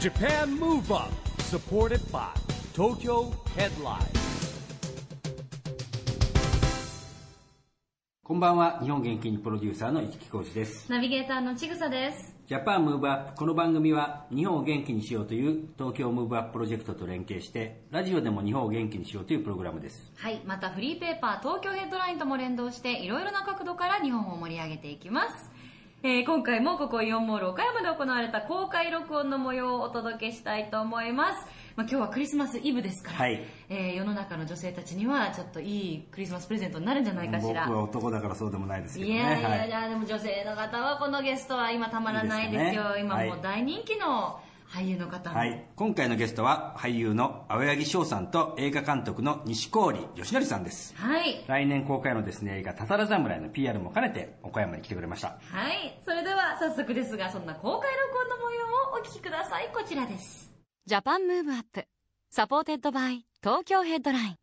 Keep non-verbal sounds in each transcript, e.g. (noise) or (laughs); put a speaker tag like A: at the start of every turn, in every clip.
A: Japan Move Up supported by Tokyo Headline
B: こんばんは、日本元気にプロデューサーの市木浩司です。
C: ナビゲーターのちぐさです。
B: ジャパンムーブアップ、この番組は日本を元気にしようという東京ムーブアッププロジェクトと連携して、ラジオでも日本を元気にしようというプログラムです。
C: はい、またフリーペーパー東京ヘッドラインとも連動していろいろな角度から日本を盛り上げていきます。えー今回もここイオンモール岡山で行われた公開録音の模様をお届けしたいと思います。まあ、今日はクリスマスイブですから、
B: はい
C: えー世の中の女性たちにはちょっといいクリスマスプレゼントになるんじゃないかし
B: 僕
C: ら。
B: は男だからそうでもないですけど
C: い
B: ね。
C: やい
B: は
C: やいや、でも女性の方はこのゲストは今たまらないですよ。
B: いいですよね
C: 今も
B: は
C: う
B: い
C: 大人気の俳優の方も、
B: はい、今回のゲストは俳優の青柳翔さんと映画監督の西郡義則さんです
C: はい、
B: 来年公開のですね映画「たたら侍」の PR も兼ねて岡山に来てくれました
C: はい。それでは早速ですが、そんな公開録音の模様をお聞きください。こちらです。
D: ジャパンムーブアップサポーテッドバイ東京ヘッドライン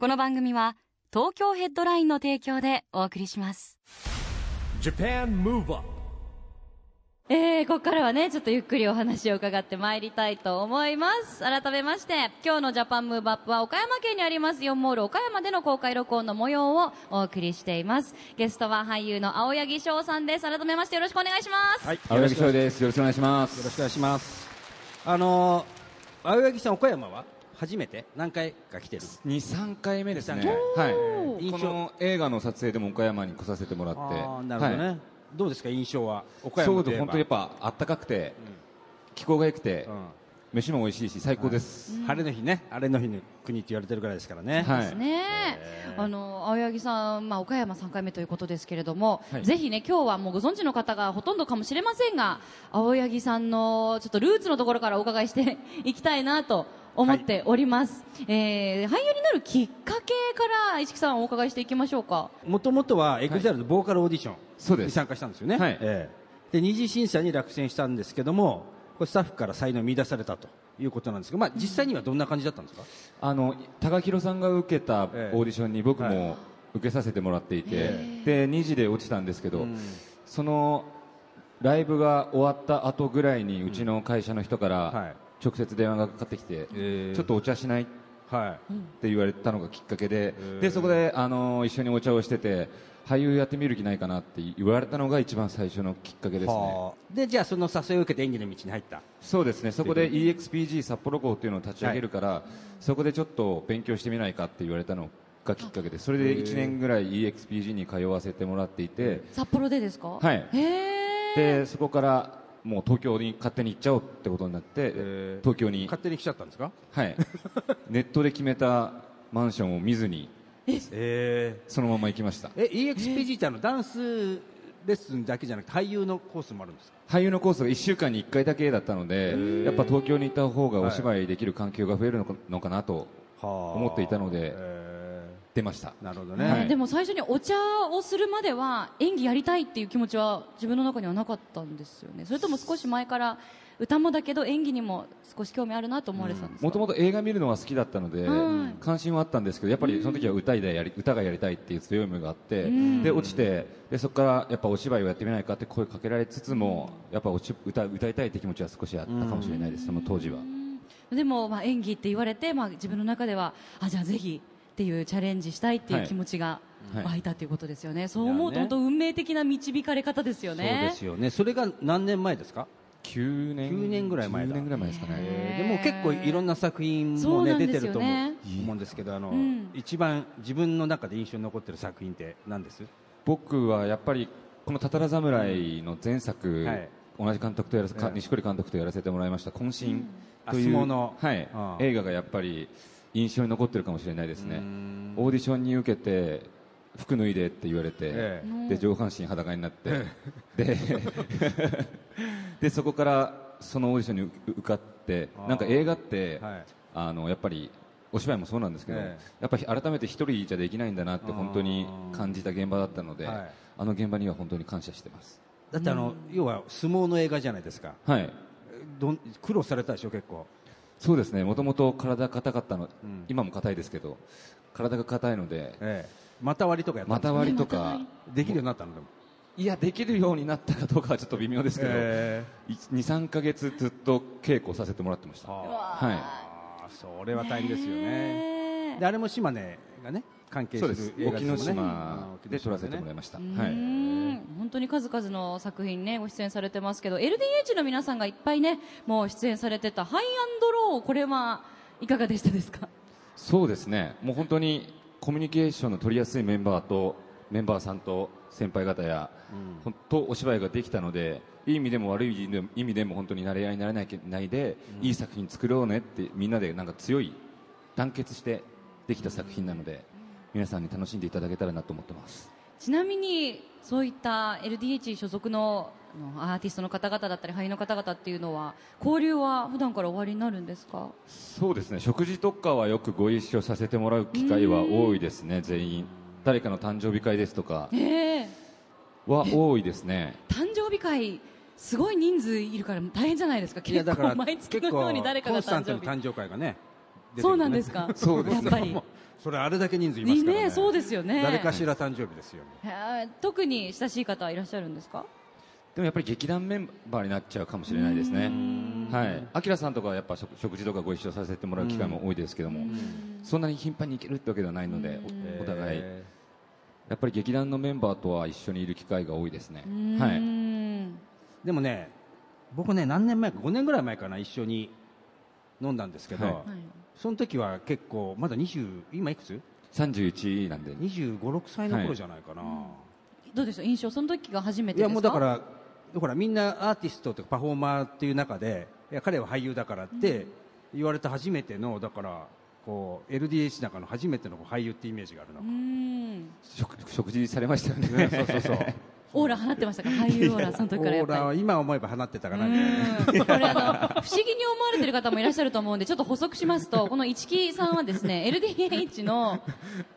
D: この番組は東京ヘッドラインの提供でお送りします
A: Japan Move Up
D: えー、ここからはねちょっとゆっくりお話を伺ってまいりたいと思います改めまして今日のジャパンムーブアップは岡山県にあります4モール岡山での公開録音の模様をお送りしていますゲストは俳優の青柳翔さんです改めましてよろしくお願いします、
E: はい、青柳翔です。よろしくお願いします。
F: よろしくお願いします。あのー、青柳さん、岡山は初めて何回か来てる
E: 二三回目ですね。
F: 回
E: は
F: 印
E: い。
F: 象
E: この映画の撮影でも岡山に来させてもらって。
F: あーなるほどね、
E: はい
F: どうですか、印象は。岡
E: そ
F: 山
E: う
F: といえ
E: です
F: ば
E: 本当やっぱあったかくて、気候が良くて、
F: うん
E: 飯も美味しいし最高です。
F: 晴れの日ね、晴れの日の国って言われてるぐらいですからね。
E: はい
D: ですね、あの青柳さん、まあ、岡山3回目ということですけれども、
E: はい
D: ぜひね今日はもうご存知の方がほとんどかもしれませんが青柳さんのちょっとルーツのところからお伺いしていきたいなと思っております、えー俳優になるきっかけから石木さんお伺いしていきましょうか
F: もともとは EXILE のボーカルオーディショ
E: そう
F: ン
E: で
F: に
E: す
F: 参加したんですよね。
E: はい
F: ええで、二次審査に落選したんですけども、これスタッフから才能を見出されたということなんですけど、まあ、実際にはどんな感じだったんですか、
E: あの高弘さんが受けたオー
F: え
E: デ
F: え
E: ィションに僕
F: は
E: も受けさせてもらっていて、
D: え
E: で2時で落ちたんですけど、
F: うん
E: そのライブが終わった後ぐらいにうちの会社の人か
F: うんは
E: ら
F: い
E: 直接電話がかかってきて、
F: ええ
E: ちょっとお茶しない
F: はい。
E: って言われたのがきっかけで、
F: ー
E: でそこで、あのー一緒にお茶をしてて俳優やってみる気ないかなって言われたのが一番最初のきっかけですね
F: はあで、じゃあその誘いを受けて演技の道に入った。
E: そうですねそこで EXPG 札幌校っていうのを立ち上げるから、そこでちょっと勉強してみないかって言われたのがきっかけでそれで1年ぐらい EXPG に通わせてもらっていて、
D: 札幌でですか
E: はい
D: へえ
E: でそこからもう東京に勝手に行っちゃおうってことになって、
F: ー
E: 東京に、
F: 勝手に来ちゃったんですか (laughs)
E: はい、ネットで決めたマンションを見ずに
F: ええ
E: そのまま行きました
F: え EXPG ってあのダンスレッスンだけじゃなくて俳優のコースもあるんですか
E: 俳優のコースが1週間に1回だけだったのでやっぱ東京にいた方がお芝居できる環境が増えるのかのかなと思っていたので
F: え
E: 出ました
F: ーなるほど
E: はい
F: ね、
D: でも最初にお茶をするまでは演技やりたいっていう気持ちは自分の中にはなかったんですよねそれとも少し前から歌もだけど演技にも少し興味あるなと思われてたんですか
E: もともと映画見るのは好きだったので
D: はい
E: 関心はあったんですけどやっぱりその時は歌いでやり歌がやりたいっていう強い思いがあってで落ちてでそこからやっぱお芝居をやってみないかって声かけられつつもやっぱおし歌歌いたいって気持ちは少しあったかもしれないですその当時は
D: でもまあ演技って言われて、まあ、自分の中ではあじゃあぜひっていうチャレンジしたいっていう気持ちが
E: はい
D: 湧いたということですよね、そう思うと本当運命的な導かれ方ですよ
F: そう
D: ね
F: ですよねそれが何年前ですか、
E: 9年
F: 9年ぐらい前だ
E: 10年ぐらい前ですかね
F: えーでもう結構いろんな作品も、
D: そうな
F: ね出
D: んで
F: て
D: す
F: る
D: よ
F: と思
D: ね
F: う思うんですけどあの、
D: ん
F: 一番自分の中で印象に残ってる作品って何です
E: 僕はやっぱりこの「たたら侍」の前作、
F: はい
E: 同じ監督とやらせ、か
F: ええ
E: 錦織監督とやらせてもらいました「渾身」
F: あ
E: という、
F: 相撲の
E: はい
F: ああ
E: 映画がやっぱり印象に残ってるかもしれないですねオーディションに受けて服脱いでって言われて、
F: え
E: で上半身裸になって、で (laughs) でそこからそのオーディションに受受かって
F: ああ
E: なんか映画って、
F: はい
E: あのやっぱりお芝居もそうなんですけど、
F: え
E: やっぱり改めて一人じゃできないんだなって本当に感じた現場だったので、
F: はい
E: あの現場には本当に感謝してます。
F: だってあの、要は相撲の映画じゃないですか
E: はい。
F: どん苦労されたでしょ結構
E: そうですね。もともと体硬かったの、今も硬いですけど、体が硬いので、
F: ええまた割りとかやったんです
E: 股
F: か
E: 割りとか
F: できるようになったのでも
E: いやできるようになったかどうかはちょっと微妙ですけど、
F: へ
E: 23か月ずっと稽古させてもらってました、は
F: あーそれは大変ですよね
D: ねえ
F: であれも島根がね関係
E: い、
F: す
E: そう
F: る
E: です
F: 映画
E: 沖
F: も
E: ノ
F: んね
E: 島
F: うん
E: で撮らせ
F: 沖
E: て
F: ノ島ね
E: もらいました、
D: う
E: はい、
D: ん本当に数々の作品ねご出演されてますけど LDH の皆さんがいっぱいねもう出演されてたハイローこれはいかがでしたですか
E: そうですねもう本当にコミュニケーションの取りやすいメンバーとメンバーさんと先輩方や、本当お芝居ができたのでいい意味でも悪い意味でも意味でも本当に慣れ合いにならないけないで、いい作品作ろうねってみんなでなんか強い団結してできた作品なので、皆さんに楽しんでいただけたらなと思ってます
D: ちなみにそういった LDH 所属のあのアーティストの方々だったり俳優の方々っていうのは交流は普段から終わりになるんですか
E: そうですね食事とかはよくご一緒させてもらう機会は多いですね全員誰かの誕生日会ですとか
D: ええ
E: は多いですね
D: 誕生日会すごい人数いるから大変じゃないですか
F: いや
D: 結
F: だから
D: 構 (laughs) 毎月のように誰か
F: 結構コ
D: が誕生
F: ンスタ
D: 日
F: ントの誕生会がね出てるよね
D: そうなんですか
E: そうですね
D: やっぱり
F: もうそれあれだけ人数いますからね
D: ねそうですよね
F: 誰かしら誕生日ですよ
D: へえ特に親しい方はいらっしゃるんですか
E: でもやっぱり劇団メンバーになっちゃうかもしれないですね。はい、アキラさんとかはやっぱ食食事とかご一緒させてもらう機会も多いですけども、そんなに頻繁に行けるってわけではないので、おお互い、
F: え
E: やっぱり劇団のメンバーとは一緒にいる機会が多いですね。
D: う
E: は
D: ー
E: い、
D: ん
F: ーでもね僕ね何年前か5年ぐらい前かな一緒に飲んだんですけど、
E: はい
D: い
F: その時は結構まだ20今いくつ
E: 31なんで、
F: 2 5 6歳の頃じゃないかな、
D: どうでしょう印象その時が初めて
F: い
D: です
F: や
D: か
F: もうだからほらみんなアーティストとかパフォーマーっていう中でいや彼は俳優だからって言われた初めてのだからこう LDH の中の初めての俳優ってイメージがあるの、
D: うーん
E: 食食事されましたよね。そうそうそう。
D: オーラ放ってましたか俳優オーラその時からやっぱり
F: オーラは今思えば放ってたかなみたいな、
D: うんこれあの不思議に思われてる方もいらっしゃると思うんでちょっと補足しま
F: (laughs)
D: すとこの市木さんはですね LDH の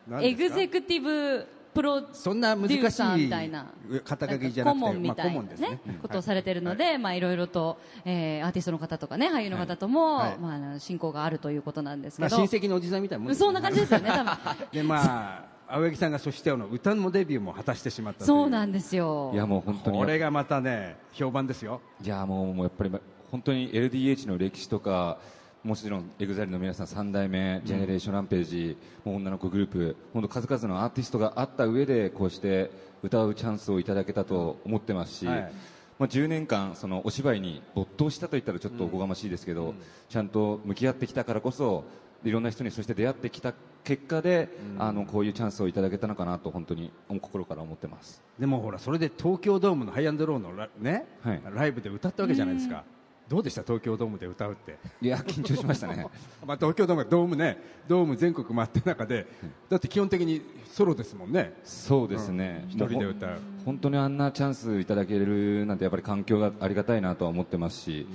D: エ
F: 何で
D: グ
F: すか
D: ゼクティブプロデュ
F: そんな難し
D: ーサーみたい
F: い
D: な
F: 肩
D: な
F: 書
D: んか
F: きじゃな
D: 顧
F: くて
D: 問みたい
F: まあ、顧
D: な
F: 問ですね
D: ね、ことをされてるので、まあいろいろと、えーアーティストの方とかね俳優の方とも、
F: はいはい
D: まああの親交があるということなんです
F: ま
D: け
F: あ、
D: ど、
F: 親戚のおじさんみたいなもんですね
D: そんな感じですよね多分
F: でまあ青柳さんがそしてあの歌のデビューも果たしてしまったとい
D: そうなんですよ
E: (laughs) いやもう本当に。
F: これがまたね評判ですよ
E: いやもうもうやっぱり本当に LDH の歴史とかもちろん EXILE の皆さん3代目ジェネレーションランページ、もう女の子グループ本当数々のアーティストがあった上でこうして歌うチャンスをいただけたと思ってますし、
F: はい
E: まあ、10年間そのお芝居に没頭したと言ったらちょっとおこがましいですけど、ちゃんと向き合ってきたからこそいろんな人にそして出会ってきた結果で、あのこういうチャンスをいただけたのかなと本当に心から思ってます。
F: でもほらそれで東京ドームのハイアンドローのラ,、ね
E: はい
F: ライブで歌ったわけじゃないですか、どうでした東京ドームで歌うって、
E: いや緊張しましたね
F: まあ、東京ドームドームねドーム全国回ってる中で、だって基本的にソロですもんね
E: (laughs) そうですね、
F: 一人で歌う
E: 本当にあんなチャンスいただけるなんてやっぱり環境がありがたいなとは思ってますし、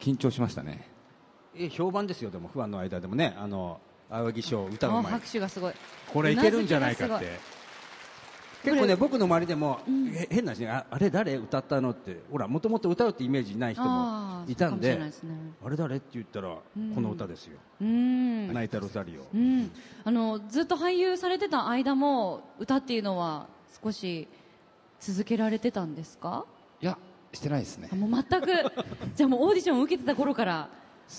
E: 緊張しましたね
F: え評判ですよでもファンの間でもねあの青柳賞歌
D: あ
F: うまい
D: 拍手がすごい
F: これいけるんじゃないか
D: うな
F: っ
D: ずきがすご
F: て結構ね僕の周りでも、へ変な話ねああれ誰歌ったのってほらもともと歌うってイメージない人も
D: あー
F: いたんで
D: そうかもしれないですね
F: あれ誰って言ったら、この歌ですよ
D: うーん
F: 泣いたロザリオ
D: うん、あのずっと俳優されてた間も歌っていうのは少し続けられてたんですか
E: いやしてないですね
D: あもう
F: (laughs)
D: 全くじゃあもうオーディションを受けてた頃から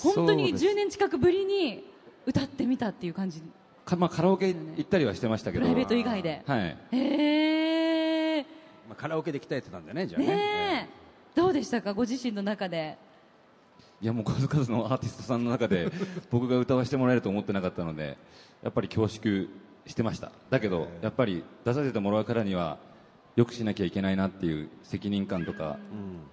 D: 本当に
E: そうです
D: 10年近くぶりに歌ってみたっていう感じ
E: か、まあ、カラオケ行ったりはしてましたけ
D: プ
E: ど
D: ライベート以外で
E: はい
D: へえ
F: まあ、カラオケで鍛えてたんでねじゃあね
D: ねえどうでしたかご自身の中で
E: いやもう数々のアーティストさんの
D: (laughs)
E: 中で僕が歌わせてもらえると思ってなかったのでやっぱり恐縮してましただけどやっぱり出させてもらうからにはよくしなきゃいけないなっていう責任感とか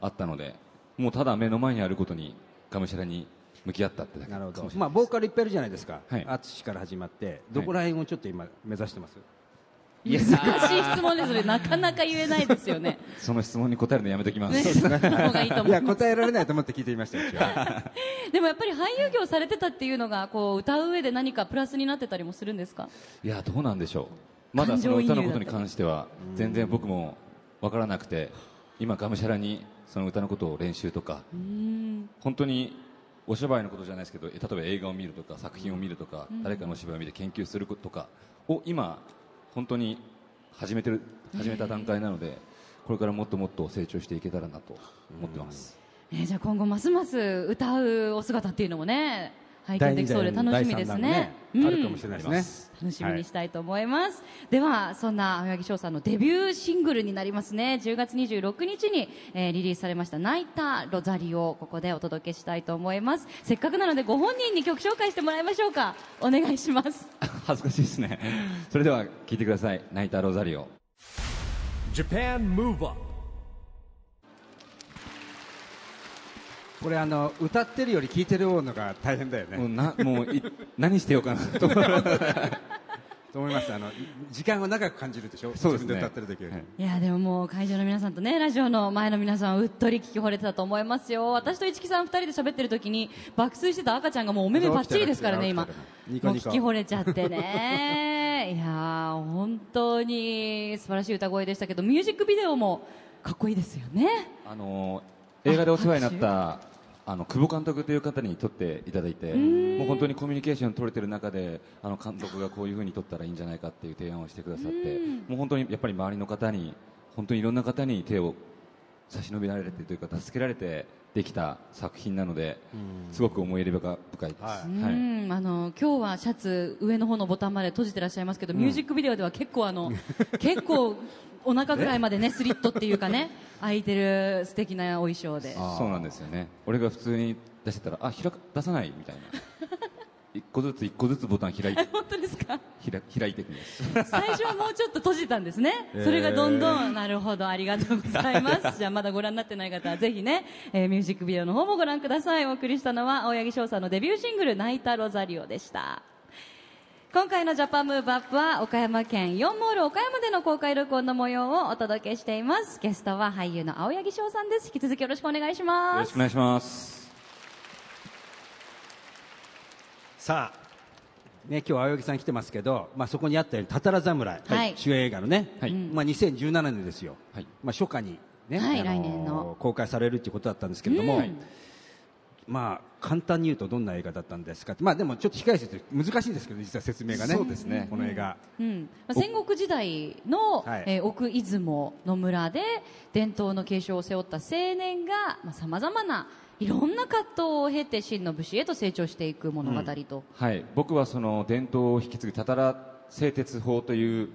E: あったので、もうただ目の前にあることにがむしゃらに向き合ったってだけ
F: なるほ
E: か
F: ど
E: もしれないです、
F: まあ、ボーカルいっぱいいるじゃないですか
E: はい
F: 淳から始まってどこら辺をちょっと今目指してます、
D: 難しい質問ですねなかなか言えないですよね
E: その質問に答えるのやめときます、
D: ねその方がいいと思
F: い
D: い
F: や
D: ます
F: 答えられないと思って聞いてみましたよ一応
D: でもやっぱり俳優業されてたっていうのがこう歌う上で何かプラスになってたりもするんですか
E: いやどうなんでしょうまだその歌のこと
D: 感情移入
E: に
D: だった
E: 関しては全然僕も分からなくて今がむしゃらにその歌のことを練習とか本当にお芝居のことじゃないですけど例えば映画を見るとか作品を見るとか誰かのお芝居を見て研究することとかを今本当に始めてる始めた段階なのでこれからもっともっと成長していけたらなと思ってます。
D: ねじゃあ今後ますます歌うお姿っていうのもね拝見できそうで楽しみですね
F: 第二弾第三弾
D: う
F: あ
D: ん
F: るかもしれないですね。
D: 楽しみにしたいと思います、ではそんな青柳翔さんのデビューシングルになりますね10月26日に、えーリリースされました「泣いたロザリオ」をここでお届けしたいと思いますせっかくなのでご本人に曲紹介してもらいましょうかお願いします
E: (laughs) 恥ずかしいですね。それでは聞いてください。ナイターロザリオ。
A: Japan Move Up
F: これあの歌ってるより聞いてる方のが大変だよね、
E: もうなもうい (laughs) 何してようかなと。
F: と思いますあの時間を長く感じるでしょ
E: そうです
F: (laughs) 自
E: ね
F: 分で歌ってる時より、
E: はい
D: いやでももう会場の皆さんとねラジオの前の皆さんはうっとり聞き惚れてたと思いますよ私と市木さん2人で喋ってる時に爆睡してた赤ちゃんがもうお目目ばっちりですからね今
F: 起きてる
D: もう
F: 起きてるニコニコ
D: 聞き惚れちゃってねいやー本当に素晴らしい歌声でしたけどミュージックビデオもかっこいいですよね
E: あの映画でお世話になったあの久保監督という方に撮っていただいてもう本当にコミュニケーション取れてる中であの監督がこういうふうに撮ったらいいんじゃないかっていう提案をしてくださってもう本当にやっぱり周りの方に本当にいろんな方に手を差し伸べられてというか助けられてできた作品なのですごく思い入れが深いです。
F: は
D: う
E: はい
D: んあの今日はシャツ上の方のボタンまで閉じてらっしゃいますけど、ミュージックビデオでは結構あの結構お腹ぐらいまでねスリットっていうかね開いてる素敵なお衣装で
E: そうなんですよね俺が普通に出してたらあ開か出さないみたいな (laughs) 一個ずつ一個ずつボタン開いて (laughs)
D: 本当ですか
E: 開開いていくんです
D: 最初はもうちょっと閉じたんですね、それがどんどんなるほどありがとうございます (laughs) じゃあまだご覧になってない方はぜひね、えーミュージックビデオの方もご覧くださいお送りしたのは青柳翔さんのデビューシングル「泣いたロザリオ」でした今回のジャパンムーブアップは岡山県4モール岡山での公開録音の模様をお届けしていますゲストは俳優の青柳翔さんです引き続きよろしくお願いし
E: よ
D: ま
E: ろし
D: す
E: くお願いします
F: さあね、今日青柳さん来てますけど、まあ、そこにあったように「たたら侍」
D: はい
F: 主演映画のね、
E: はい
F: まあ、2017年ですよ、
E: はい
F: まあ、初夏に、ね
D: はい
F: あのー
D: 来年の
F: 公開されるっていうことだったんですけれども、
D: うん
F: まあ、簡単に言うとどんな映画だったんですかって、まあ、でもちょっと控えてて難しいんですけど実は説明がね
E: そうですね
F: この映画、
D: うんまあ、戦国時代の、
F: はい
D: えー奥出雲の村で伝統の継承を背負った青年がさまざ、まないろんな葛藤を経て真の武士へと成長していく物語と、
E: はい僕はその伝統を引き継ぐたたら製鉄法という、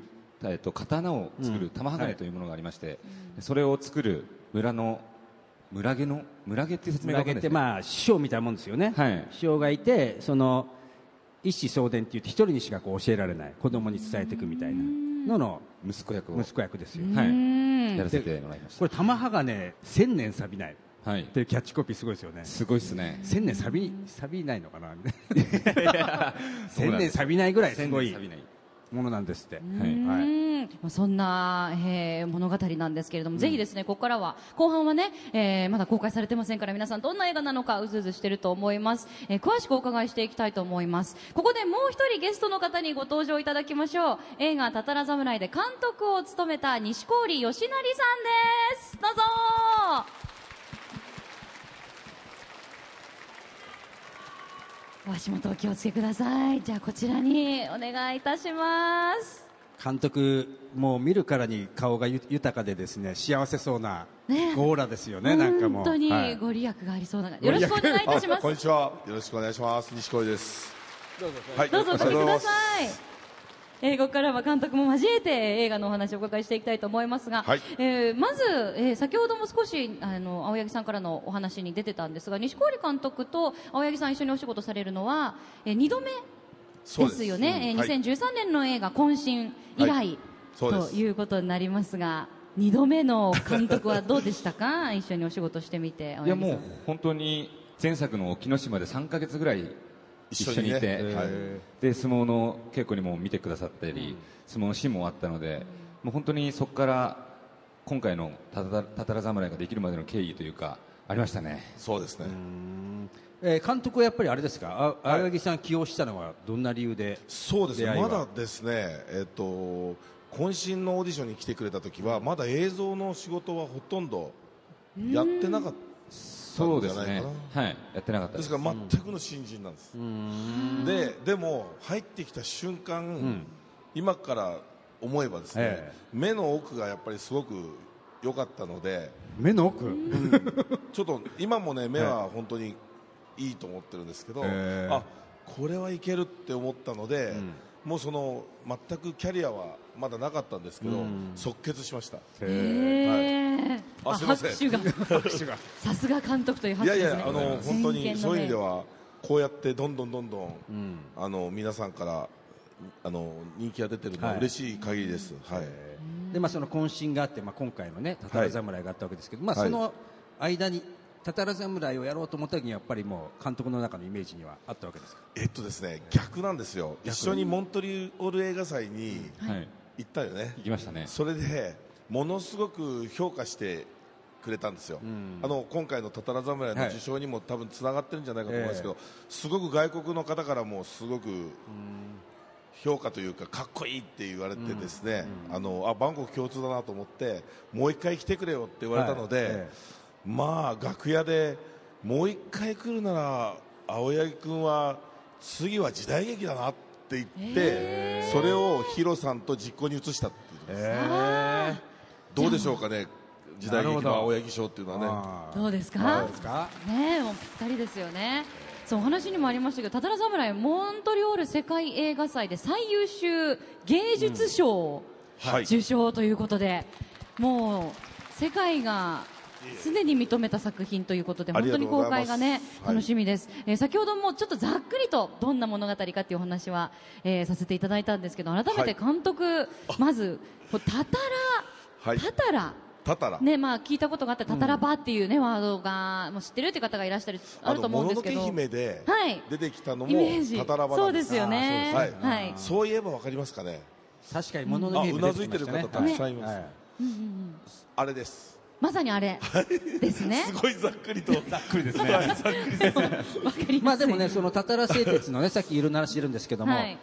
E: えっと、刀を作る玉鋼というものがありまして、それを作る村の村毛の村毛っていう説明
F: 村
E: がわか
F: 上って、
E: んないですね
F: まあ、師匠みたいなもんですよね、
E: はい
F: 師匠がいてその一子相伝って言って一人にしかこう教えられない子供に伝えていくみたいなのの
E: 息子役を、
F: 息子役ですよ、
E: はい、やらせてもらいまし
F: これ玉鋼千年錆びない
E: た、はい
F: っ、ていうキャッチコピーすごいですよね
E: すごいですね
F: 千年錆び錆びないのか
E: (laughs)
F: なみたいな
E: そう
F: 千
E: なんで
F: 年
E: す
F: 錆びないぐらいすご
E: 千年
F: い
E: 錆びない
F: ものなんですって
E: はい
F: はい
D: うんまあそんな、えー物語なんですけれども、ぜひですねここからは後半はね、えーまだ公開されてませんから皆さんどんな映画なのかうずうずしてると思います、えー詳しくお伺いしていきたいと思いますここでもう一人ゲストの方にご登場いただきましょう映画「たたら侍」で監督を務めた西郡義成さんですどうぞお足元お気をつけくださいじゃあこちらにお願いいたします
F: 監督もう見るからに顔がゆ豊かでですね幸せそうな
D: ね
F: オーラですよねなんかもう
D: 本当に
F: はい
D: ご利益がありそうな、よろしくお願いいたしま
G: あ
D: す
G: こんにちは。よろしくお願いします。西小です。はい
D: どうぞお
G: よろし
D: 越
G: く
D: し
G: お
D: く
G: 願
D: だ
G: いし
D: さ
G: ます
D: いえーここからは監督も交えて映画のお話をお伺いしていきたいと思いますが、
G: はい
D: えーまず、えー先ほども少しあの青柳さんからのお話に出てたんですが西郡監督と青柳さん一緒にお仕事されるのは、え2度目
G: そ
D: で
G: うです
D: すよね、
G: うん
D: えー2013年の映画「渾身」以来、
G: はいそうで
D: と
G: す
D: いうことになりますが2度目の監督はどうでしたか (laughs) 一緒にお仕事してみて青
E: いや
D: 柳さん
E: もう本当に前作の沖ノ島で3か月ぐらい一
G: 一
E: 緒
G: 緒
E: に
G: に
E: い
G: ね
E: て、
G: はい
E: で相撲の稽古にも見てくださったり、相撲のシーンもあったので、もう本当にそこから今回のたたたたら侍ができるまでの経緯というかありましたね
G: そうですね。
F: えー監督はやっぱりあれですかあ青柳さん起用したのはどんな理由で
G: そうです
F: 出
G: ね。
F: 会いは
G: まだですね。えっ、と渾身のオーディションに来てくれた時はまだ映像の仕事はほとんどやってなかった
E: そ
G: ん
E: う
G: じ
E: で
G: ゃな
E: す
G: い
E: ね
G: かな。
E: はいやってなかった
G: で
E: ですす
G: から全くの新人なんです。ででも入ってきた瞬間、今から思えばですね、
F: ええ
G: 目の奥がやっぱりすごく良かったので
F: 目の奥、
G: ちょっと今もね目は本当にいいと思ってるんですけど、
F: えー
G: あこれはいけるって思ったので、もうその全くキャリアはまだなかったんですけど、即決しました。
D: えー
G: はいあ
D: あ
G: すいません
D: 拍手がさすが監督という拍
G: いや
D: 手
G: い
D: です
G: や
D: ね、
G: あの本当
D: 全
G: に
D: 員
G: そういう意味で
D: のね
G: はこうやってどんどんどんどん、あの皆さんからあの人気が出てるのは
F: はい
G: 嬉しい限りです。はい。
F: でまあ、その渾身があって、まあ、今回のね、たたら侍があったわけですけど、まあ、
G: は
F: そ
G: い
F: の間に、たたら侍をやろうと思った時に、やっぱりもう監督の中のイメージにはあったわけですか
G: えっとですね逆なんですよ。一緒にモントリオール映画祭に
E: はい
G: 行ったよね
E: 行。きましたね
G: それでものすごく評価してくれたんですよ、あの今回のたたら侍の受賞にも多分つながってるんじゃないかと思いますけど、すごく外国の方からもすごく評価というかかっこいいって言われてですね、あのあバンコク共通だなと思ってもう一回来てくれよって言われたので、
F: はいえ
G: まあ楽屋でもう一回来るなら青柳君は次は時代劇だなって言って、それをヒロさんと実行に移したっていう。どうでしょうかね、時代劇の青柳賞っていうのはね。
F: あー
D: どうですか、
F: どうですか
D: ねえもうぴったりですよねそうお話にもありましたけどたたら侍モントリオール世界映画祭で最優秀芸術賞を
G: はい
D: 受賞ということで、もう世界がすでに認めた作品ということで
G: あ
D: 本当
G: りがと
D: に
G: うご
D: 公
G: ざいま
D: 開
G: す
D: がね、
G: はい
D: 楽しみです、えー先ほどもちょっとざっくりとどんな物語かっていうお話は、えーさせていただいたんですけど改めて監督、まずこうたたら、
G: はい
D: たたら
G: たたら、
D: ねまあ、聞いたことがあったタタラバっていう、ねワードがもう知ってるって方がいらっしゃるあると
G: の、
D: 思う
G: も
D: んで
G: のの
D: すけ
G: け
D: ど
G: 姫で
D: はい
G: 出てきたの
D: イ
G: も
D: メージ
G: たたらば
D: そ
G: な
D: うん
G: で
D: ですすよね
G: はい
D: はい
G: そういえばわかりますかね。
F: 確かにもののけ姫
G: あう
F: 出
G: なずいてる
F: きまし
G: 方
F: た
G: た
F: ね
G: くさんいます
F: は
G: あれです。
D: まさにあ
G: (laughs)
D: れですね
G: すごいざっ
D: (laughs)
G: くりと。ざっくりですね。ざっくり
D: わかり
F: ま
D: ま
F: あ
D: す
F: でもね、そのたたら製鉄のね、 (laughs) さっきいろんな話してるんですけども、
D: はい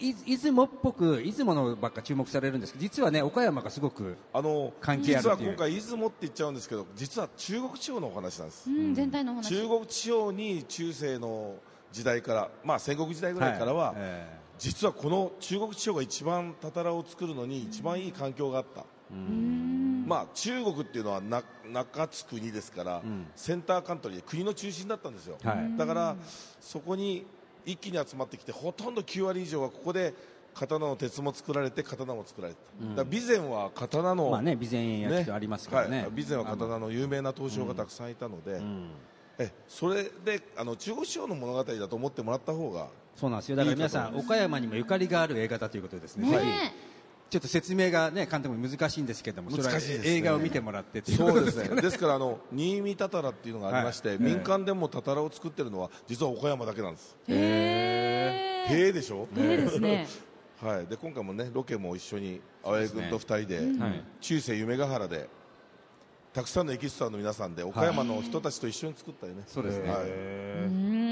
F: い出雲っぽく、出雲のばっか注目されるんですけど、実はね、岡山がすごく、
G: あの、
F: 関係あ
G: 実
F: る
G: は
F: っていう
G: 今回出雲って言っちゃうんですけど、実は中国地方のお話なんです
D: う。ん、全体のお話
G: 中国地方に中世の時代から、まあ戦国時代ぐらいからは、
F: え
G: 実はこの中国地方が一番たたらを作るのに一番いい環境があった、まあ、中国っていうのはな中津国ですから、センターカントリーで国の中心だったんですよ、
F: はい
G: だからそこに一気に集まってきてほとんど9割以上はここで刀の鉄も作られて刀も作られてた、だから備前は刀
F: え
G: の、
F: まあね、備前焼きとありますからね。
G: はい、備前は刀の有名な刀匠がたくさんいたので、えそれであの中国地方の物語だと思ってもらった方
F: (laughs)
G: が
F: そうなんですよ。だから皆さん、岡山にもゆかりがある映画だということですね。
D: ね
F: ぜひちょっと説明がね、監督も難しいんですけども、それは
G: 難しいですね
F: 映画を見てもらってとい
G: そうです
F: こと
G: ね。ですからあの新見たたらっていうのがありまして、
F: はい
G: 民間でもたたらを作ってるのは実は岡山だけなんです。
D: へえ
G: へえでしょ。
D: へえですね
G: はい。で今回もねロケも一緒に青柳君と二人で
E: はい
G: 中世夢ヶ原でたくさんのエキストラの皆さんで岡山の人たちと一緒に作ったよね。そうですね。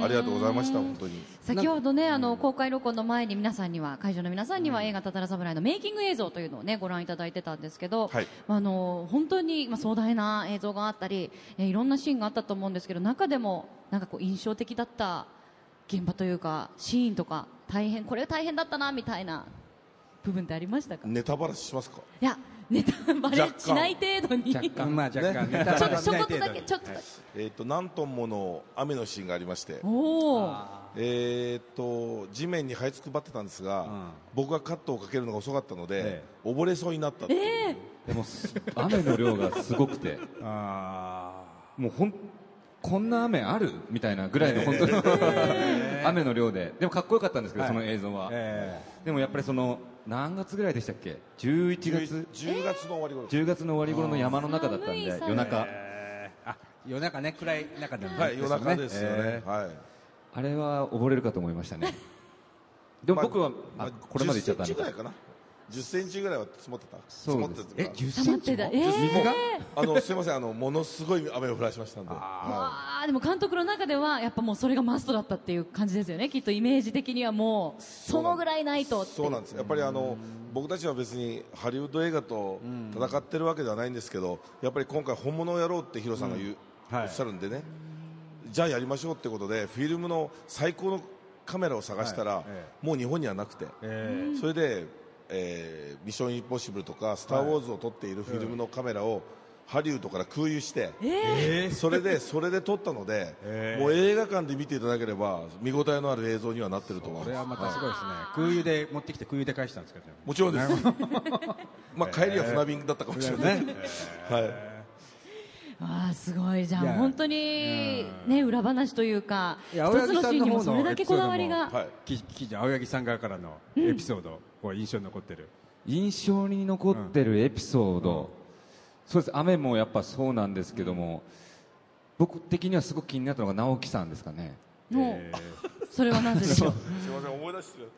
G: ありがとうございました本当に。
D: 先ほどねあの公開録音の前に皆さんには会場の皆さんには映画「たたら侍」のメイキング映像というのをねご覧いただいてたんですけど、
G: はい
D: あの本当にまあ壮大な映像があったりえーいろんなシーンがあったと思うんですけど中でもなんかこう印象的だった現場というかシーンとか大変これ大変だったなみたいな部分ってありましたか
G: ネタバラシしますか。
D: いやネタバレ
G: 若干
D: しない程度にちょっ
F: でまあ若干ね、
D: とちょこっとだけちょっとだけ
G: えっ、と何トンもの雨のシーンがありまして。
D: おお
G: えーっと地面に這いつくばってたんですが、
F: ん
G: 僕がカットをかけるのが遅かったので
F: え、
G: 溺れそうになったっていう、
E: でもす雨の量がすごくて
F: あ
E: もうほんこんな雨あるみたいなぐらいの本当に (laughs) 雨の量ででもかっこよかったんですけど、
F: はい
E: その映像は、
F: ーえ
E: でもやっぱりその何月ぐらいでしたっけ11月
G: 10, 月の終わり頃、
E: 10月の終わり頃の山の中だったんで
D: 寒い寒い
E: 夜中
F: えあ夜中ね暗い中でもね
G: はい、夜中ですよね、
F: え
G: はい
E: あれは溺れるかと思いましたねでも僕は、あこれまで言っちゃった
G: 10センチ
E: み
G: ぐ
E: た
G: ら
E: い
G: いかな10センチぐらいは積もってた積
E: そ
G: も
E: う
G: っ
E: で
G: て
E: す
G: た
F: え10
D: 黙
F: セ
D: っ
F: ン
D: て
F: チ
D: た
F: も
D: えー
E: 水が
G: あのすいませんあのものすごい雨を降らしましたんで、は
D: あーでも監督の中ではやっぱもうそれがマストだったっていう感じですよねきっとイメージ的にはもうそのぐらいないと
G: い、そうなんですやっぱりあの僕たちは別にハリウッド映画と戦ってるわけではないんですけどやっぱり今回本物をやろうってヒロさんが言う、
F: はい
G: おっしゃるんでねじゃあやりましょうってことでフィルムの最高のカメラを探したら、
F: はいえ
G: もう日本にはなくて、
F: え
G: それで、えーミッションインポッシブル」とか「スター・ウォーズ」を撮っているフィルムのカメラをハリウッドから空輸して、
F: え
G: それでそれで撮ったので、
F: えー
G: もう映画館で見ていただければ見応えのある映像にはなってると思い
F: これ
G: ま
F: は
G: す
F: またすごいですね空輸で持ってきて空輸で返したんですけどね
G: もちろんです、 (laughs) まあ、帰りは船便だったかもしれない、
F: ね
G: (laughs) はい
D: わあすごいじゃ
F: いや
D: ん本当にね裏話というか
F: いや
D: 一つのシーンにもそれだけこだわりが
G: はい
F: き記事青柳さん側からのエピソード、こう印象に残ってる
E: 印象に残ってるエピソード、そうです雨もやっぱそうなんですけども、僕的にはすごく気になったのが直樹さんですかね
D: もう (laughs) それはなぜでしょう
G: すいません思い出してる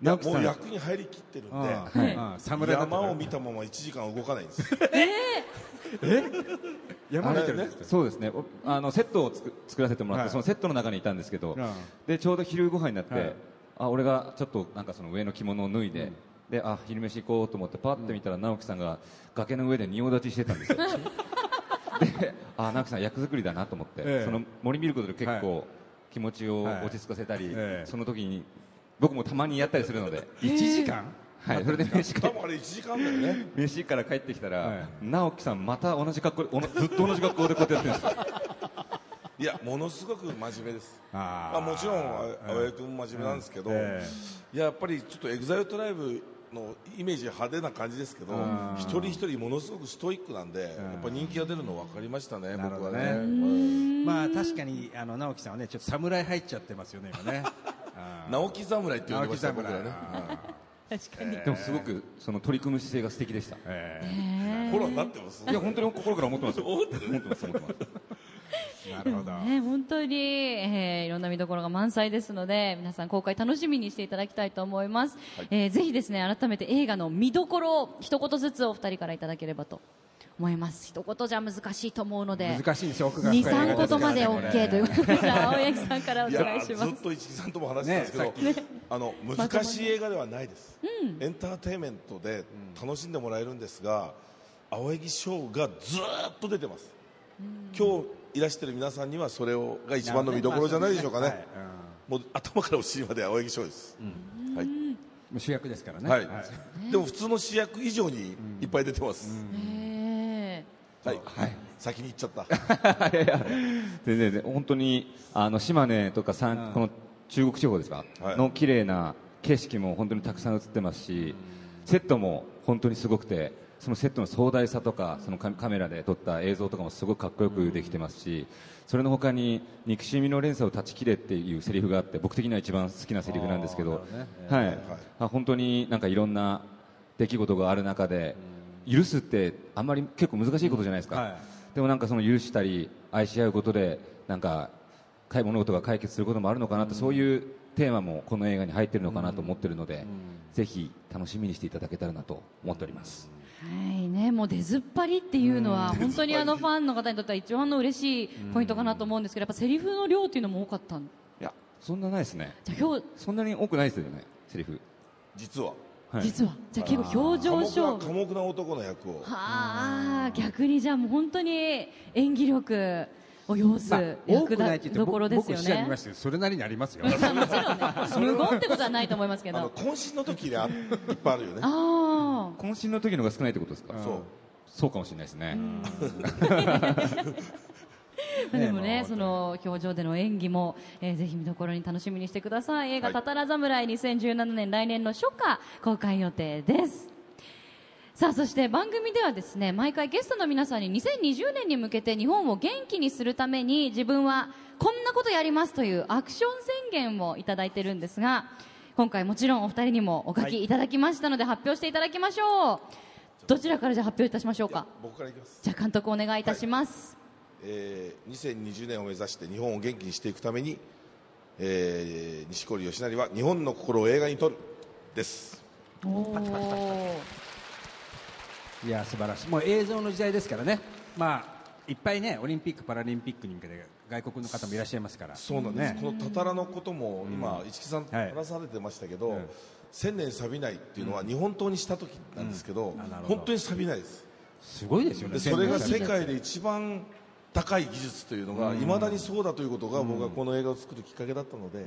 E: 直樹
G: も
E: さ
G: うん役に入りきってるんで、
E: はい
F: ああ侍だったか
G: 山
F: ら
G: を見たまま1時間動かないんです
F: (laughs) 山
E: あ
F: 見
E: れ
F: てるんです
E: そうですねおあのセットをつく作らせてもらって、
F: はい
E: そのセットの中にいたんですけど、
F: うん
E: でちょうど昼ご飯になって、
F: はい
E: あ俺がちょっとなんかその上の着物を脱いで、であ昼飯行こうと思ってパッて見たら直樹さんが崖の上で仁王立ちしてたんですよ (laughs) であ直樹さん役作りだなと思って、
F: ええ
E: その森見ることで結
F: は
E: 構気持ちを
F: はい
E: 落ち着かせたり、
F: ええ
E: その時に僕もたまにやったりするので、
F: 1時間
E: はい、それで飯帰
G: 多分あれ1時間だよね
E: 飯から帰ってきたら、
F: はい
E: 直樹さんまた同じ格好でおなずっと同じ格好でこうやってやってるんですよ
G: いやものすごく真面目です
F: あ
G: まあ、もちろんあ
F: ええ
G: 青柳君も真面目なんですけど、
F: え
G: いややっぱりちょっとエグザイルトライブのイメージ派手な感じですけど
F: ん
G: 一人一人ものすごくストイックなんでやっぱ人気が出るの分かりましたね、
F: なる
G: 僕
F: ほど
G: は
F: ね
G: ね。
F: まあ確かにあの直樹さんはねちょっと侍入っちゃってますよね
G: (laughs)
F: 今ねああ
G: 直樹侍って呼
F: 直
G: んでま
F: 樹
G: した
F: 侍
G: 僕らね
F: ああ
D: 確かに
E: でもすごくその取り組む姿勢が素敵でした
F: え
G: フォローになってます
E: いや本当に心から思ってます (laughs) よ思ってます思ってます
F: えなるほど
D: ね、本当に、えーいろんな見どころが満載ですので皆さん公開楽しみにしていただきたいと思います、えーぜひですね改めて映画の見どころを一言ずつお二人からいただければと思います一言じゃ難しいと思うので
F: 難しいんですよ奥が深い映画
D: 23言
F: から
D: ま
F: ね
D: で
F: これ
D: OK ということでじゃあ青柳さんからお
G: いや
D: 願いします
G: ずっと市木さんとも話してたんですけど、あの難しい映画ではないです、エンターテインメントで楽しんでもらえるんですが、青柳翔がずーっと出てます、今日いらしてる皆さんにはそれをが一番の見どころじゃないでしょうかね、
F: はいうん
G: もう頭からお尻まで青柳翔です、はい
F: もう主役ですからね、
G: はいでも普通の主役以上にいっぱい出てます、
D: え
G: はい先に行っちゃった
E: いやいや全然全然本当にあの島根とか山この中国地方ですか、
G: はい
E: の綺麗な景色も本当にたくさん映ってますしセットも本当にすごくてそのセットの壮大さとかそのカカメラで撮った映像とかもすごくかっこよくできてますしそれの他に「憎しみの連鎖を断ち切れ」っていうセリフがあって僕的には一番好きなセリフなんですけどはいあ本当になんかいろんな出来事がある中で許すってあんまり結構難しいことじゃないですか、
F: はい
E: でもなんかその許したり愛し合うことでなんか買い物とか解決することもあるのかなって、そういうテーマもこの映画に入ってるのかなと思ってるので、ぜひ楽しみにしていただけたらなと思っております、
D: はいね、もう出ずっぱりっていうのは本当にあのファンの方にとっては一番の嬉しいポイントかなと思うんですけどやっぱセリフの量っていうのも多かったん
E: いやそんなないですね
D: じゃあ表、
E: そんなに多くないですよねセリフ、
G: 実は
E: はい、
D: 実はじゃあ結構表
G: 寡
D: 情
G: 黙な
D: 勝負
G: 寡黙な男の役を
D: はあ逆にじゃあもう本当に演技力を要す
F: まあ多
D: 役
F: くない
D: だ
F: って言って
D: どころです
F: 僕
D: よ
F: 僕試合見ま
D: ね
F: し。たけどそれなりにあり
G: (laughs)
F: ますよ
D: まあ (laughs) もちろんね無言ってことはないと思いますけ
G: あの
D: ど。
G: 渾身の時であいっぱいあるよね
D: ああ
E: 渾身の時のが少ないってことですか、
G: そう
E: そうかもしれないですね、
D: まあでも
F: ね
D: ねその表情での演技も、えーぜひ見どころに楽しみにしてください。映画
G: はい
D: たたら侍2017年来年の初夏公開予定です。さあそして番組ではですね毎回ゲストの皆さんに2020年に向けて日本を元気にするために自分はこんなことやりますというアクション宣言をいただいてるんですが今回もちろんお二人にもお書きいただきましたので発表していただきましょうどちらからじゃあ発表いたしましょうか
G: 僕からいきます
D: じゃあ監督お願いいたします、
G: えー2020年を目指して日本を元気にしていくために、えー、西堀義成は日本の心を映画に撮るです
D: おー
F: いや素晴らしいもう映像の時代ですからねまあいっぱいねオリンピック・パラリンピックに向けて外国の方もいらっしゃいますから
G: そうなんです、
F: ね
G: このたたらのことも今、市木さんと
F: はい
G: 話されてましたけど、
F: うん
G: 千年錆びないっていうのは日本刀にした時なんですけど,、
F: んあなるほど
G: 本当に錆びないです
F: すごいですよね
G: でそれが
F: 全
G: 世
F: 部
G: 界で一番高い技術というのがいまだにそうだということが僕がこの映画を作るきっかけだったので、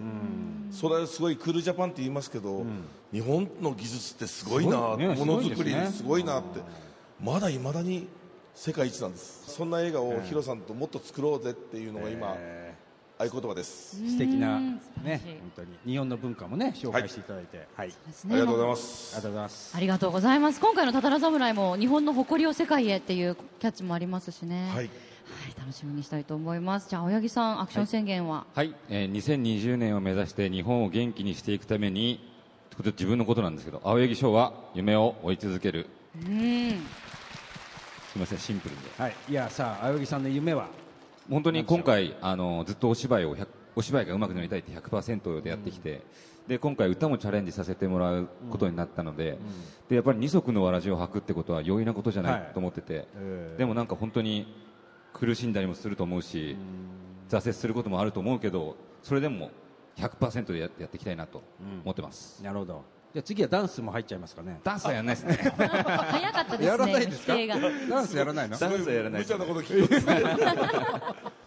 G: それはすごいクールジャパンって言いますけど、日本の技術ってすごいな、
F: すごいね
G: ものづくり
F: すごいですね
G: すごいなって、まだいまだに世界一なんですそんな映画をヒロさんともっと作ろうぜっていうのが今、
F: え
G: 合言葉です、
F: ー素敵な
H: うん素晴らし
F: ね
H: い
F: 本当に日本の文化もね紹介していただいてはい、あり
H: です
G: あり
H: ね
G: がとうございま
F: がと
G: す
F: うございます
H: ありがとうございます今回の「たたら侍」も日本の誇りを世界へっていうキャッチもありますしね、
G: はい
H: はい楽しみにしたいと思いますじゃあ青柳さんアクション宣言は、
E: はい、えー2020年を目指して日本を元気にしていくためにこと自分のことなんですけど青柳翔は夢を追い続ける
H: うん
E: すみませんシンプルで
F: はいいやさあ青柳さんの夢は
E: 本当に今回あのずっとお芝居を100お芝居が上手くなりたいって100%でやってきて、で今回歌もチャレンジさせてもらうことになったので,、でやっぱり二足のわらじを履くってことは容易なことじゃない
F: はい
E: と思ってて、
F: えー
E: でもなんか本当に苦しんだりもすると思うし、挫折することもあると思うけどそれでも100%でややっていきたいなと思ってます、
F: なるほどじゃあ次はダンスも入っちゃいますかね
E: ダンスはやんないで
F: (laughs)
E: すね
H: 早かったですね
F: やらないですか
H: 否定が
F: ダンスやらないの
E: ダンスはやらない
G: 無
E: です
G: 茶なこと聞いてますね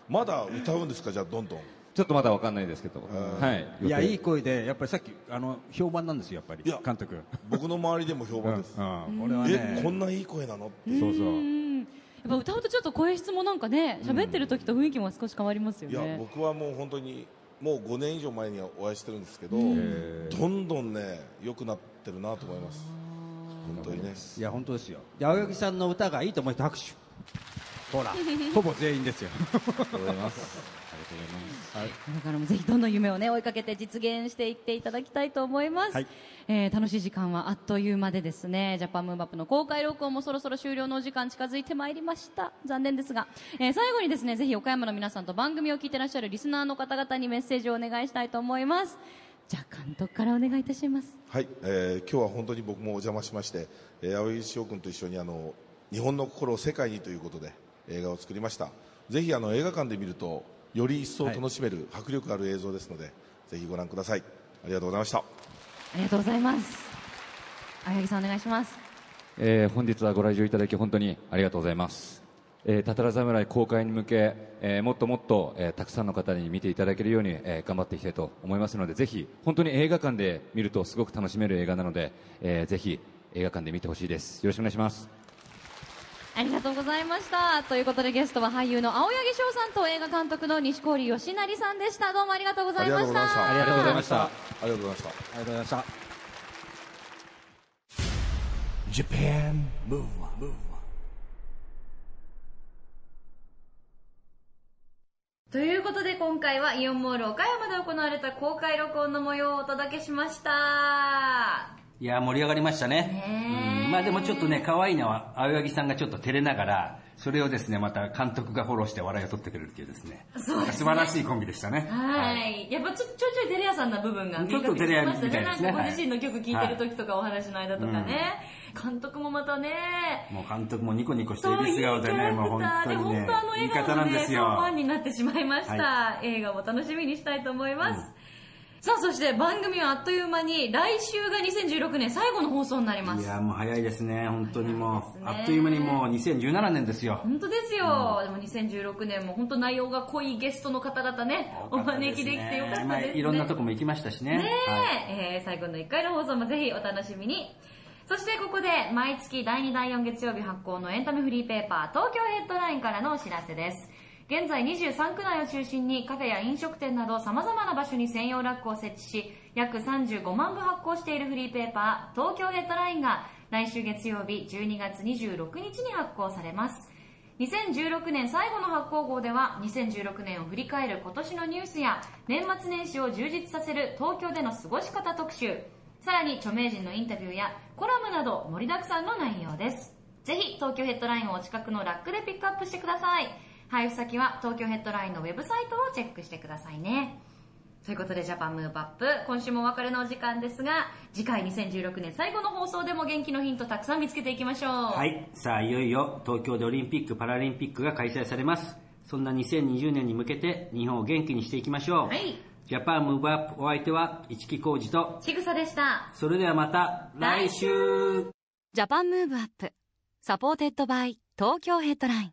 G: (laughs) まだ歌うんですかじゃあどんどん
E: ちょっとまだわかんないですけど、はい、
F: いや
E: 予定
F: いい声でやっぱりさっきあの評判なんですよやっぱり
G: いや
F: 監督
G: 僕の周りでも評判です、
F: うん、俺は
G: え
F: ね
G: こんないい声なのって
F: そうそう
H: うんやっぱ歌うとちょっと声質もなんかね喋ってる時と雰囲気も少し変わりますよ
G: いや
H: ね
G: 僕はもう本当にもう5年以上前にはお会いしてるんですけど、どんどんね良くなってるなと思います本当にね
F: いや本当ですよで青柳さんの歌がいいと思って拍手
H: (laughs)
F: ほらほぼ全員ですよ
H: だからもうぜひどんどん夢をね追いかけて実現していっていただきたいと思います、
F: はい
H: えー楽しい時間はあっという間でですねジャパンムーバップの公開録音もそろそろ終了のお時間近づいてまいりました残念ですが、えー最後にですねぜひ岡山の皆さんと番組を聞いてらっしゃるリスナーの方々にメッセージをお願いしたいと思いますじゃあ監督からお願いいたします
G: はい、えー今日は本当に僕もお邪魔しまして、えー、青柳翔君と一緒にあの日本の心を世界にということで映画を作りましたぜひあの映画館で見るとより一層楽しめる、迫力ある映像ですのでぜひご覧くださいありがとうございました
H: ありがとうございます青柳さんお願いします
E: えー本日はご来場いただき本当にありがとうございます、えー、タタラ侍公開に向け、えーもっともっと、えーたくさんの方に見ていただけるように、えー頑張っていきたいと思いますのでぜひ本当に映画館で見るとすごく楽しめる映画なので、えーぜひ映画館で見てほしいですよろしくお願いします
H: ありがとうございました。ということでゲストは俳優の青柳翔さんと映画監督の西郡義成さんでした。どうもありがとうございました。
G: ありがとうございま
E: した
G: ありがとうございました
F: ありがとうございました
I: Japan Move Up
D: ということで今回はイオンモール岡山で行われた公開録音の模様をお届けしました
B: いやー盛り上がりましたね
D: ねー
B: うんまあでもちょっとね可愛いのは青柳さんがちょっと照れながらそれをですねまた監督がフォローして笑いを取ってくれるっていうですね
D: そうですね
B: 素晴らしいコンビでしたね
D: はい、やっぱちょちょいちょい照れ屋さんな部分が
B: ちょっと照れ屋みたいですね
D: なんかご自身の曲聴いてる時とかお話の間とかね、監督もまたね
B: もう監督もニコニコして
D: そう
B: い
D: い
B: る
D: うキャラ
B: 顔
D: クタ
B: でねもう本当
D: ーで
B: に
D: 本
B: ね
D: 当あの
B: 言い
D: 笑
B: 方
D: 顔
B: な
D: の
B: んで
D: ね
B: す
D: ファン
B: よ
D: になってしまいました、
B: は
D: 映画も楽しみにしたいと思います、さあそして番組はあっという間に来週が2016年最後の放送になりま
B: い
D: す
B: やーもう早いですね本当にもう、
D: 早いですね
B: あっという間にもう2017年ですよ
D: 本当ですよ、でも2016年も本当内容が濃いゲストの方々ねお招きできてよかった
B: まあ
D: ですね、
B: いろんなとこも行きましたしね
D: ねえ、
B: はい
D: えー最後の1回の放送もぜひお楽しみに。そしてここで毎月第2第4月曜日発行のエンタメフリーペーパー東京ヘッドラインからのお知らせです。現在23区内を中心にカフェや飲食店など様々な場所に専用ラックを設置し約35万部発行しているフリーペーパー東京ヘッドラインが来週月曜日12月26日に発行されます。2016年最後の発行号では2016年を振り返る今年のニュースや年末年始を充実させる東京での過ごし方特集さらに著名人のインタビューやコラムなど盛りだくさんの内容ですぜひ東京ヘッドラインをお近くのラックでピックアップしてください配布先は東京ヘッドラインのウェブサイトをチェックしてくださいねということでジャパンムーブアップ今週もお別れのお時間ですが次回2016年最後の放送でも元気のヒントたくさん見つけていきましょう
B: はいい、さあいよいよ東京でオリンピック・パラリンピックが開催されますそんな2020年に向けて日本を元気にしていきましょう、
D: はい
B: ジャパンムーブアップお相手は市木浩二と
D: ちぐさでした
B: それではまた来週
J: ジャパンムーブアップサポーテッドバイ東京ヘッドライン